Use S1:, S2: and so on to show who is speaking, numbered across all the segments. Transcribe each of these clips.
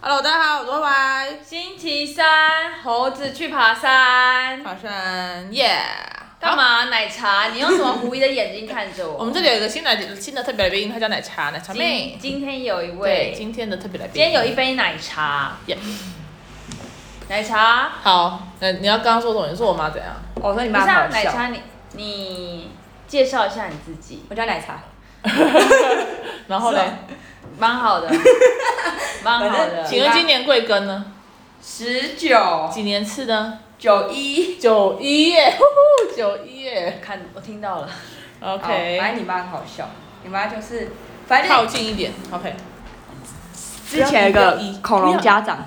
S1: Hello，大家好，我是 Y
S2: 星期三，猴子去爬山
S1: Y，，爬山耶
S2: 干嘛？奶茶？你用什么狐狸的眼睛看 着
S1: 我
S2: 我？
S1: 们这里有一个新来新的特别来宾，他叫奶茶奶茶
S2: 今
S1: 妹。
S2: 今天有一
S1: 对
S2: 位，，今
S1: 今天的特别来宾。
S2: 天有一杯奶茶，
S1: 耶
S2: 奶茶。
S1: 好，那你要刚刚说什么？你说我妈怎样？
S3: 我说你
S2: 不
S3: 妈
S2: 是啊
S3: 好
S2: 奶
S3: 笑，
S2: 茶，你你介绍一下你自己，
S3: 我叫奶茶，
S1: 然后嘞，
S2: 蛮好 的，蛮好
S3: 反正
S2: 的。
S1: 请问今年贵庚呢？
S3: 十九
S1: 几年次呢？
S3: 九一。
S1: 九一耶，呼呼，九一耶。
S2: 看，我听到了，
S3: 好反
S1: OK，
S3: 正你妈很好笑，你妈就是，反
S1: 靠
S3: 正
S1: 近一点。OK，
S3: 之前有一
S1: 不要一
S3: 个恐
S1: 不
S3: 龙
S1: 要
S3: 家长，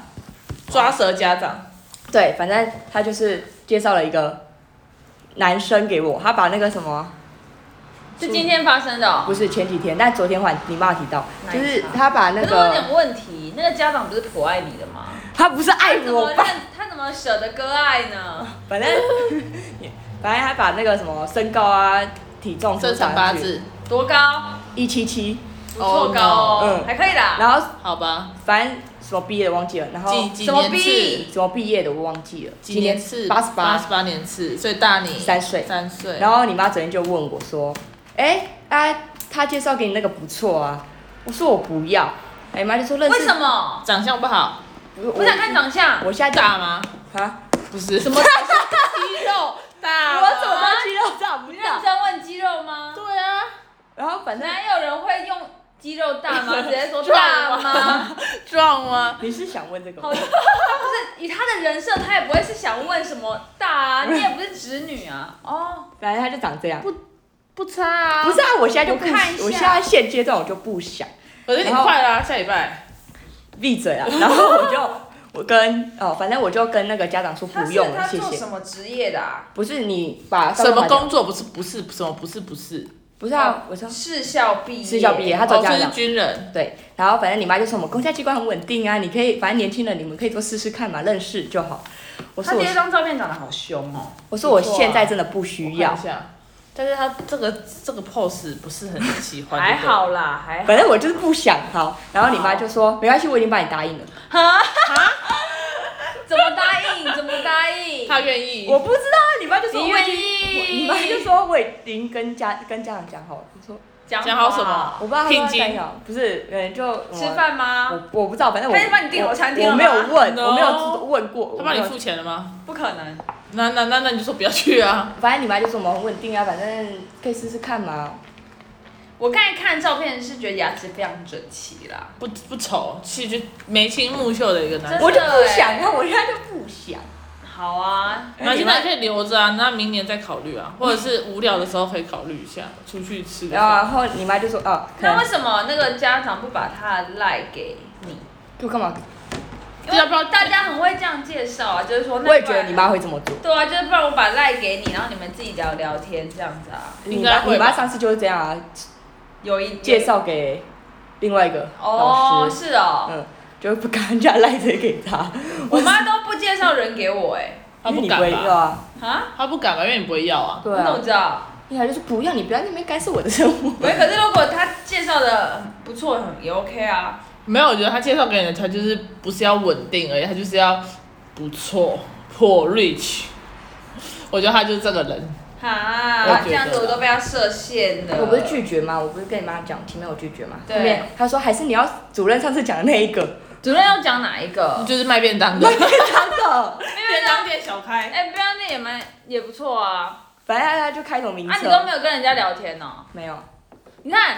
S1: 抓蛇家长。
S3: 对，反正他就是介绍了一个男生给我，他把那个什么
S2: 是今天发生的哦。
S3: 不是前几天，但昨天晚你妈有提到，
S2: 奶茶
S3: 就是他把那
S2: 可是我有
S3: 个
S2: 点问题，那个家长不是颇爱你的吗？
S3: 他不是爱
S2: 他怎么
S3: 我吧，
S2: 认？他怎么舍得割爱呢？
S3: 反正 反正他把那个什么身高啊、体重
S1: 正常八字，
S2: 多高？
S3: 一七七，
S2: 不错高
S3: Oh
S2: 哦
S3: no，
S2: 还可以啦。
S3: 然后
S1: 好吧？
S3: 反正什么毕业的忘记了，然后
S1: 几几
S2: 什么
S1: 年次
S2: 逼？
S3: 什么毕业的我忘记了，
S1: 几年次？
S3: 八十
S1: 八
S3: 八
S1: 十。八年次，最大你
S3: 三岁
S1: 三岁。
S3: 然后你妈昨天就问我说：“哎、啊，他介绍给你那个不错啊。”我说我不要。哎、你妈就说认识
S2: 为什？么？
S1: 长相不好，
S3: 我
S2: 不想看长相。
S3: 我现在
S1: 大吗？
S3: 啊，
S1: 不是什
S2: 么
S1: 肌肉大
S3: 我怎么知道肌肉长不
S2: 你认
S3: 大？
S2: 真问肌肉吗？
S1: 对啊，
S3: 然后反正
S2: 哪有人会用肌肉大 吗？直接说大吗？
S1: 壮吗？
S3: 你是想问这个吗
S2: 好，他不是以他的人设，他也不会是想问什么大啊，你也不是直女啊。哦，
S3: 反正他就长这样。
S1: 不差啊
S3: 不是，啊，我现在就不，
S2: 我看一下
S3: 我现在现阶段我就不想
S1: 可是你快啦，下礼拜。
S3: 闭嘴啊。然后我就。我跟哦，反正我就跟那个家长说不用了，谢谢。
S2: 么职业的啊？
S3: 不是你把
S1: 什么工作不是不是什么不是不是，
S3: 不是啊，我说
S2: 哦视校毕业
S3: 私校毕业，他走
S1: 哦，
S3: 家
S1: 这
S3: 长
S1: 是。军人，
S3: 对，然后反正你妈就说我们公家机关很稳定啊，你可以，反正年轻人你们可以多试试看嘛，认识就好。我
S2: 他
S3: 说
S2: 第
S3: 我
S2: 二张照片长得好凶哦。
S3: 我说我
S1: 不错啊
S3: 现在真的不需要
S1: 我看，一下。但是他这个这个 pose 不是很喜欢，
S2: 还
S1: 对不对
S2: 好啦，还好。
S3: 反正我就是不想好。然后你妈就说没关系，我已经帮你答应了。
S2: 怎么答应？怎么答应？
S1: 他愿意。
S3: 我不知道，啊你妈就说
S2: 你
S3: 我已
S2: 愿
S3: 经，我
S2: 意？
S3: 你妈就说我已经跟家跟家长讲好了，我说
S2: 讲
S1: 讲好什么
S3: 我不知道他们
S1: 聘
S3: 在
S1: 金
S3: 讲，不是，嗯，就我
S2: 吃饭吗？
S3: 我我不知道，反正我
S2: 他已经帮你订好餐厅
S3: 我
S2: 了
S3: 没
S2: 吗
S3: 有问，我没有
S1: No
S3: 知问过，
S1: 他
S3: 我
S1: 帮
S3: 没
S1: 你
S3: 有
S1: 付钱了吗？
S2: 不可能。
S1: 那那那那你就说不要去啊。
S3: 反正你妈就说我们很稳定啊，反正可以试试看嘛。
S2: 我刚才看照片是觉得牙齿非常整齐啦，
S1: 不不丑，其实就眉清目秀的一个男
S2: 真
S1: 生。
S3: 我
S2: 的
S3: 就不
S2: 欸
S3: 想看，我现在就不想。
S2: 好啊，
S3: 哎
S1: 那现在可以留着啊，那明年再考虑啊，或者是无聊的时候可以考虑一下，出去吃个饭。
S3: 然后你妈就说：“哦，可
S2: 那
S3: 能
S2: 为什么那个家长不把他的赖给你？
S3: 就干嘛？
S2: 因为不知道大家很会这样介绍啊，就是说，那
S3: 我也觉
S2: 不然
S3: 得你妈会这么做。
S2: 对啊，就是不然我把赖给你，然后你们自己聊聊天这样子啊，
S3: 你
S1: 应该
S3: 妈，
S1: 会
S3: 你妈
S1: 吧
S3: 上次就是这样啊，
S2: 有一
S3: 介绍给另外一个
S2: 哦
S3: 老，师，
S2: 是哦，
S3: 嗯，就不敢人家赖着给他。
S2: 我妈都不介绍人给我哎、
S1: 他
S3: 因
S1: 不
S3: 为你
S1: 敢
S3: 会要
S1: 吧？
S3: 啊，
S2: 啊，
S1: 他不敢吧？因为你不会要啊。
S3: 对
S2: 你怎
S3: 啊
S2: 么，知道？
S3: 你还就是不要，你不要在那边干涉我的生活。
S2: 喂，可是如果他介绍的不错，很也 OK 啊。
S1: 没有，我觉得他介绍给你的，他就是不是要稳定而已，他就是要不错破 rich。我觉得他就是这个人，我
S2: 啊，
S1: 觉得
S2: 这样子我都被他设限了。
S3: 我不是拒绝吗？我不是跟你妈讲前面我拒绝吗？
S2: 对
S3: 后面她说还是你要主任上次讲的那一个，
S2: 主任要讲哪一个？
S1: 就是卖便 当的。
S3: 真的。
S1: 便当店小开，
S2: 哎、不要那也蛮也不错啊。
S3: 反正她就开头名
S2: 啊，你都
S3: 册，
S2: 没有跟人家聊天呢、
S3: 没有，
S2: 你看，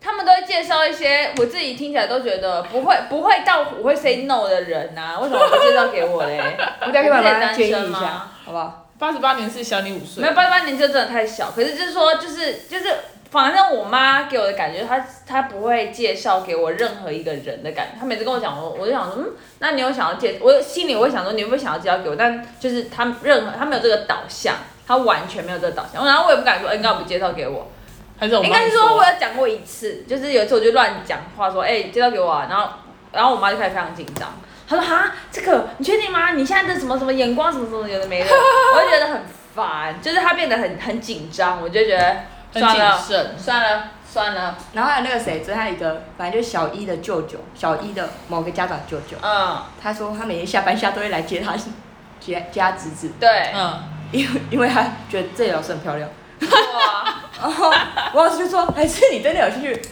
S2: 他们都会介绍一些我自己听起来都觉得不会不会到我会 say no 的人呐、啊，为什么不介绍给我 嘞？
S3: 我再给妈
S2: 我们
S3: 妈
S2: 自己
S3: 建议
S2: 单身
S3: 一
S2: 吗
S3: 下，好不好？
S1: 八十八年是小你五岁
S2: 没。有八十八年就真的太小，可是就是说就是就是。反正我妈给我的感觉，她她不会介绍给我任何一个人的感觉。她每次跟我讲，我我就想说，嗯，那你有想要介，我心里我会想说，你会不会想要介绍给我？但就是她任何她没有这个导向，她完全没有这个导向。然后我也不敢说，哎、你干嘛不介绍给我？
S1: 还是我
S2: 应
S1: 妈
S2: 该是说我有讲过一次，就是有一次我就乱讲话说，哎、介绍给我、啊，然后然后我妈就开始非常紧张，她说哈这个你确定吗？你现在的什么什么眼光什么什么有的没的，我就觉得很烦，就是她变得很很紧张，我就觉得
S1: 很
S2: 算
S1: 谨
S2: 了
S1: 慎，
S2: 算了，算了，
S3: 然后还有那个谁，这还有一个，反正就是小一的舅舅，小一的某个家长舅舅，
S2: 嗯，
S3: 他说他每天下班下都会来接他 接接他侄子，
S2: 对，
S1: 嗯，
S3: 因为因为他觉得这里老师很漂 亮。
S2: 哇，
S3: 然后王老师就说，还是你真的有兴趣？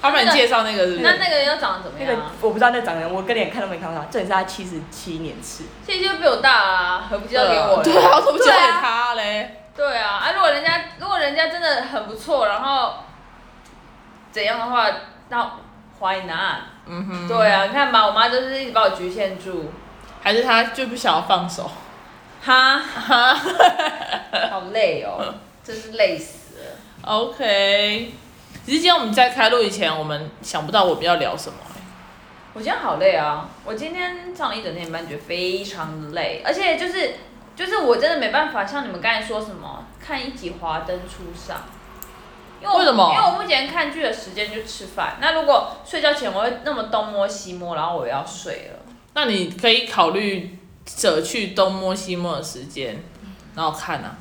S1: 他帮你介绍那个是不
S2: 那
S1: 是？
S2: 那个要长得怎么
S3: 那
S2: 样
S3: 个
S2: 啊？
S3: 我不知道那长得，我跟脸看都没看到他，这也是他七十七年次。
S2: 谢谢比我大啊，何不交给我？
S1: 对啊，我怎么交
S2: 对
S1: 给
S2: 啊
S1: 他嘞？
S2: 对啊，啊，如果人家如果人家真的很不错，然后怎样的话，那 why not？
S1: 嗯哼，
S2: 对啊，你看吧，我妈就是一直把我局限住，
S1: 还是他就不想要放手？
S2: 哈， 好累
S1: 嗯
S2: 哦，真是累死了。
S1: OK，其实今天我们在开录以前，我们想不到我们要聊什么、欸
S2: 我今天好累啊！我今天上了一整天班，觉得非常累，而且就是就是我真的没办法像你们刚才说什么看一集《华灯初上》，因为我
S1: 为什么
S2: 因为我目前看剧的时间就吃饭，那如果睡觉前我会那么东摸西摸，然后我又要睡了。
S1: 那你可以考虑舍去东摸西摸的时间，然后看啊。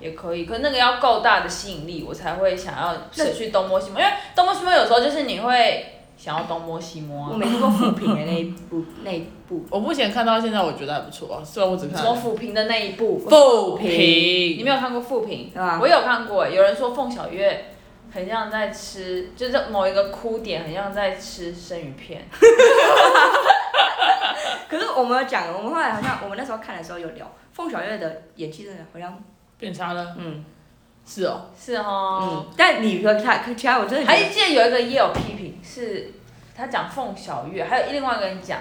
S2: 也可以，可那个要够大的吸引力，我才会想要舍去东摸西摸，因为东摸西摸有时候就是你会想要东摸西摸
S3: 我
S2: 啊。
S3: 没听过复评欸的那一部那一部，
S1: 我目前看到现在，我觉得还不错啊，虽然我只
S2: 什
S1: 看
S2: 么抚平的那一部，
S1: 不
S2: 你
S1: 平，
S2: 没有看过复评
S3: 对吧
S2: 我有看过，有人说凤小岳很像在吃，就是某一个哭点，很像在吃生鱼片。
S3: 可是我们有讲，我们后来好像我们那时候看的时候有聊，凤小岳的演技真的好像，
S1: 变差了，
S3: 嗯
S1: 是哦，
S2: 是哦，
S3: 嗯，但你和他其他我真的觉
S2: 还
S3: 得
S2: 记得有一个也有批评，是他讲凤小岳，还有另外一个人讲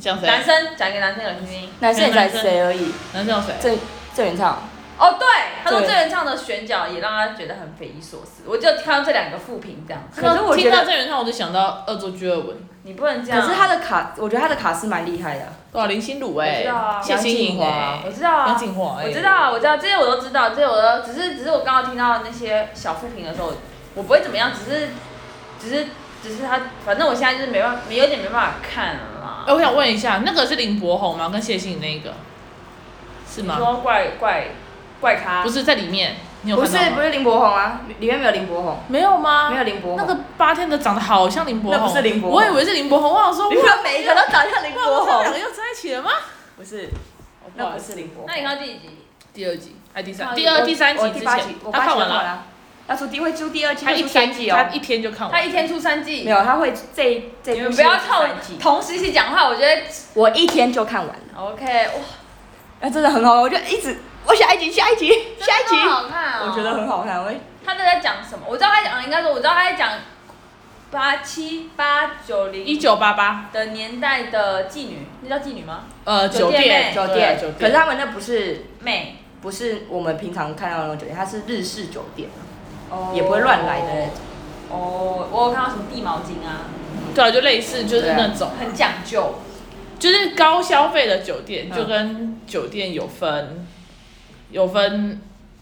S1: 像谁？
S2: 男生讲一个男生有听听。
S3: 男生也才谁而已，
S1: 男生有谁？
S3: 郑郑元畅，
S2: 哦，对，他说
S3: 对
S2: 郑元畅的选角也让他觉得很匪夷所思。我就看到这两个复评这样，
S3: 可是我觉
S1: 听到
S3: 得，
S1: 郑元畅，我就想到恶作剧二文，
S2: 你不能这样。
S1: 啊
S3: 可是他的卡，我觉得他的卡是蛮厉害的啊，
S1: 对啊，林心如
S2: 我
S1: 哎、
S2: 知道啊
S1: 谢欣
S3: 杨
S1: 颖
S3: 静
S1: 哎
S3: 华，
S2: 我知道啊
S1: 杨，静华哎，
S2: 我知道，我知道，这些我都知道，这些我都只是只是我刚刚听到那些小复评的时候，我不会怎么样，只是只是只是他，反正我现在就是没办法，有点没办法看了啦。
S3: 哦
S1: 哎，我想问一下，那个是林柏宏吗？跟谢欣颖那个是
S2: 你
S1: 吗？
S2: 说怪怪怪咖，
S1: 不是在里面，你有
S3: 不
S1: 看
S3: 是
S1: 到吗
S3: 不是林柏宏啊，里面没有林柏宏，
S1: 没有吗？
S3: 没有林柏宏，
S1: 那个八天的长得好像林柏宏，
S3: 那不是林柏宏
S1: 我以为是林柏宏，我 想说
S3: 你
S1: 哇，
S3: 们每一个都长像林
S1: 哇，
S3: 柏
S1: 这 两
S3: 宏，
S1: 个又在一起了吗？
S3: 不是，
S1: 不
S3: 那
S1: 好意
S3: 不
S1: 思
S3: 是林柏宏
S2: 那。你看到第几集？
S1: 第二集还第三？
S2: 我
S1: 第二、第三集
S3: 我
S1: 之
S3: 第八
S1: 前
S3: 集，我
S1: 他
S3: 八集
S1: 看
S3: 看
S1: 完
S3: 完
S1: 了，
S3: 了，要出第会出第二季，
S1: 他
S3: 会
S1: 一
S3: 出三
S1: 天
S3: 季
S1: 他
S3: 哦。
S1: 一天就看
S2: 他
S1: 完。
S2: 一天出三季
S3: 没，有，他会这一这
S2: 你
S3: 一部
S2: 们不要
S3: 戏
S2: 凑
S3: 三季，
S2: 同时期讲话，我觉得
S3: 我一天就看完了，
S2: OK，哇，
S3: 那真的很好，我就一直我下一集下一集下一
S2: 真的
S3: 集，
S2: 好看哦。
S3: 我觉得很好
S1: 哎
S3: 看，我也
S2: 他都在讲什么？我知道他讲，应该说我知道他在讲八七八九零
S1: 一九八八，
S2: 的年代的妓女，那叫妓女吗？
S1: 呃，
S2: 酒店
S1: 店，
S2: 妹
S3: 酒
S1: 对
S3: 店
S1: 酒，
S3: 可是
S1: 店。
S3: 他们那不是
S2: 妹，
S3: 不是我们平常看到的那种酒店，它是日式酒店，
S2: 哦
S3: 也不会乱来的那种。
S2: 哦，我有看到什么地毛巾啊，
S1: 对啊，就类似就是那种，
S3: 啊
S2: 很讲究。
S1: 就是高消费的酒店，
S3: 嗯
S1: 就跟酒店有分有分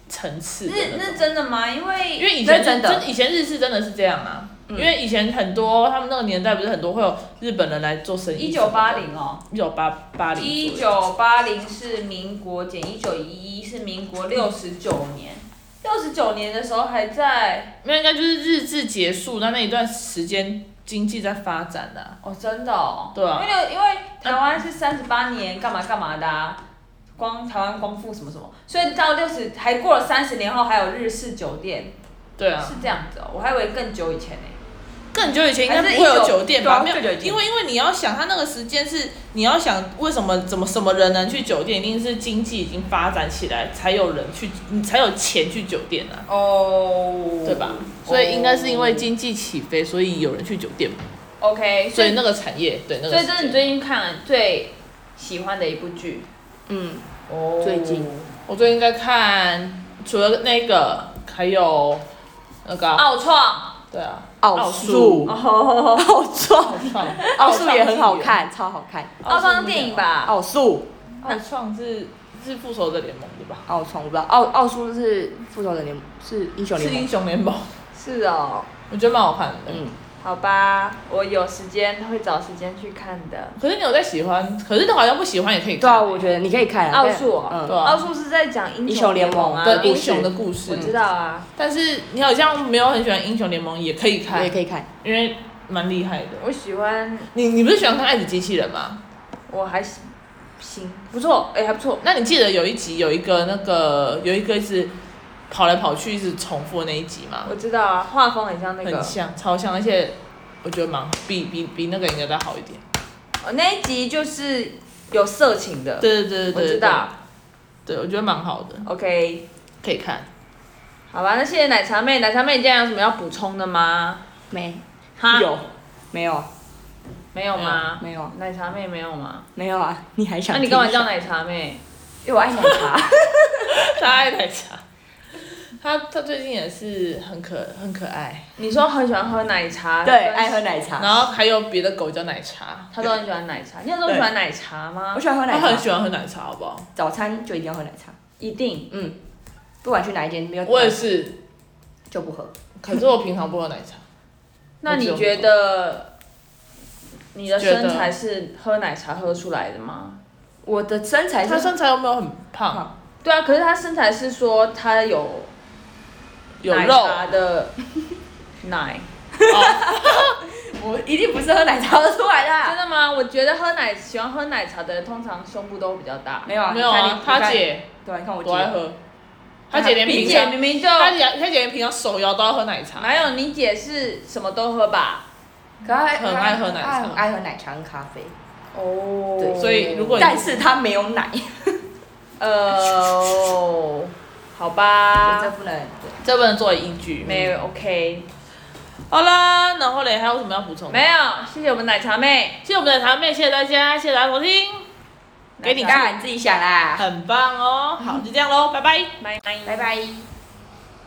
S1: 层次的
S2: 是
S1: 那
S2: 是
S1: 种。
S2: 真的吗？因为
S1: 因为以前
S3: 那真的嗯
S1: 以前日式真的是这样啊，因为以前很多他们那个年代不是很多会有日本人来做生意。
S2: 一九八零哦，
S1: 一九八八零，
S2: 一九八零是民国减一九一一是民国六十九年，六十九年的时候还在
S1: 那应该就是日治结束，那那一段时间经济在发展的、啊。
S2: 哦，真的哦，
S1: 对啊
S2: 因为因为台湾是三十八年干嘛干嘛的、啊。光台湾光复什么什么，所以到六十还过了三十年后，还有日式酒店、
S1: 对啊，
S2: 是这样子哦，我还以为更久以前呢、
S1: 更久以前应该不会有酒店吧？
S3: 还
S1: 没
S3: 是
S1: 有，
S3: 19对啊
S1: 因为因为你要想，他那个时间是你要想为什么怎么什么人能去酒店，一定是经济已经发展起来才有人去，你才有钱去酒店啊，
S2: 哦，
S1: 对吧？所以应该是因为
S2: 今。
S1: 经济起飞，所以有人去酒店，
S2: 哦 OK，
S1: 所
S2: 所
S1: 以
S2: 以
S1: 那个产业对那个
S2: 所
S1: 时
S2: 以
S1: 间。
S2: 这是你最近看最喜欢的一部剧
S3: 嗯，
S2: 哦
S3: 最近
S1: 我最近在看，除了那个还有那个啊、
S2: 奥创
S1: 对啊，
S3: 奥数，
S2: 哦，
S3: 奥创，
S1: 奥创，
S3: 奥数也很好看，超好看。
S2: 奥创电影吧，
S3: 奥数，
S1: 奥创是是复仇者联盟对吧？
S3: 奥创我不知道，奥奥数是复仇者联盟，是英雄
S1: 是
S3: 联
S1: 英
S3: 盟，
S1: 雄联盟，
S3: 是哦，
S1: 我觉得蛮好看的。
S3: 嗯，
S2: 好吧，我有时间会找时间去看的。
S1: 可是你有在喜欢，可是你好像不喜欢也可以
S3: 对
S1: 看。
S3: 啊，我觉得你可以看啊
S2: 奥数哦
S1: 对
S3: 嗯，
S1: 啊
S2: 奥数是在讲英
S3: 英雄联
S2: 联
S3: 盟
S2: 啊，
S1: 对
S3: 故
S1: 英
S3: 事
S1: 雄的故事
S2: 我，知道啊，
S1: 但是你好像没有很喜欢英雄联盟，也可以
S3: 我
S1: 看
S3: 也，可以看。
S1: 因为蛮厉害的。
S2: 我喜欢，
S1: 你你不是喜欢看《爱死机器人》吗？
S2: 我还行，行，不错，哎、还不错。
S1: 那你记得有一集有一个那个有一个是跑来跑去一直重复的那一集吗？
S2: 我知道啊，画风很像那个
S1: 很。像，超像，而且我觉得蛮比比比那个应该再好一点。
S2: 哦，那一集就是有色情的，
S1: 对对对对
S2: 我
S1: 对，
S2: 知道。
S1: 对，我觉得蛮好的，
S2: OK，
S1: 可以看。
S2: 好吧，那谢谢奶茶妹，奶茶妹，你今天有什么要补充的吗？
S3: 没
S2: 哈，
S3: 有没有啊
S2: 没有吗？
S3: 没有啊
S2: 奶茶妹没有吗？
S3: 没有啊？你还想
S2: 啊那
S3: 听？
S2: 你干嘛叫奶茶妹？
S3: 因为我爱奶茶。
S1: 他爱奶茶，他他最近也是很可很可爱，
S2: 你说很喜欢喝奶茶，
S3: 对，
S2: 跟
S3: 爱喝，奶茶。
S1: 然后还有别的狗叫奶茶，
S2: 他都很喜欢奶茶。你有这么
S3: 对
S2: 喜欢奶茶吗
S3: 我？喜欢喝奶
S1: 他很
S3: 茶，
S1: 喜欢喝奶茶，好不好？
S3: 早餐就一定要喝奶茶。
S2: 一定，
S3: 嗯，不管去哪一间，没有
S1: 我也是，
S3: 就不喝。
S1: 可是我平常不喝奶茶，
S2: 那你觉得你的身材是喝奶茶喝出来的吗？
S3: 我的身材
S1: 他
S3: 是
S1: 身材有没有很胖？
S3: 胖，
S2: 对啊，可是他身材是说他有
S1: 有
S2: 奶
S1: 肉，
S2: 茶的奶，
S3: 我一定不是喝奶茶喝出来的
S2: 真
S3: 啊。
S2: 的吗？我觉得喝奶喜欢喝奶茶的人，通常胸部都比较大。
S3: 没有啊，
S1: 没有
S3: 你看
S1: 啊
S3: 你，
S1: 他，姐
S3: 你看对啊，你看我
S1: 多爱
S3: 姐，
S1: 喝，他姐连
S2: 你
S1: 平
S2: 姐
S1: 常
S2: 明明就
S1: 他姐他姐连平常手摇都要喝奶茶，
S2: 哪有？你姐是什么都喝吧？
S3: 可爱，
S1: 很爱喝奶茶
S3: 她很爱喝奶茶跟咖啡，
S2: 哦
S3: 对
S1: 所以如果你
S3: 但是她没有奶，
S2: 呃，好
S3: 这
S1: 啊
S2: 吧，
S3: 不能。对
S1: 这不能作为依据。
S2: 没有 OK，
S1: 好啦，然后嘞还有什么要补充？
S2: 没，有，谢谢我们奶茶妹，
S1: 谢谢我们的堂妹，谢谢大家，谢谢大家收听，给你
S2: 奶
S3: 当
S2: 茶
S3: 然自己想啦。
S1: 很棒哦。好，就这样喽，拜拜。
S2: 妹，拜拜
S3: 拜拜。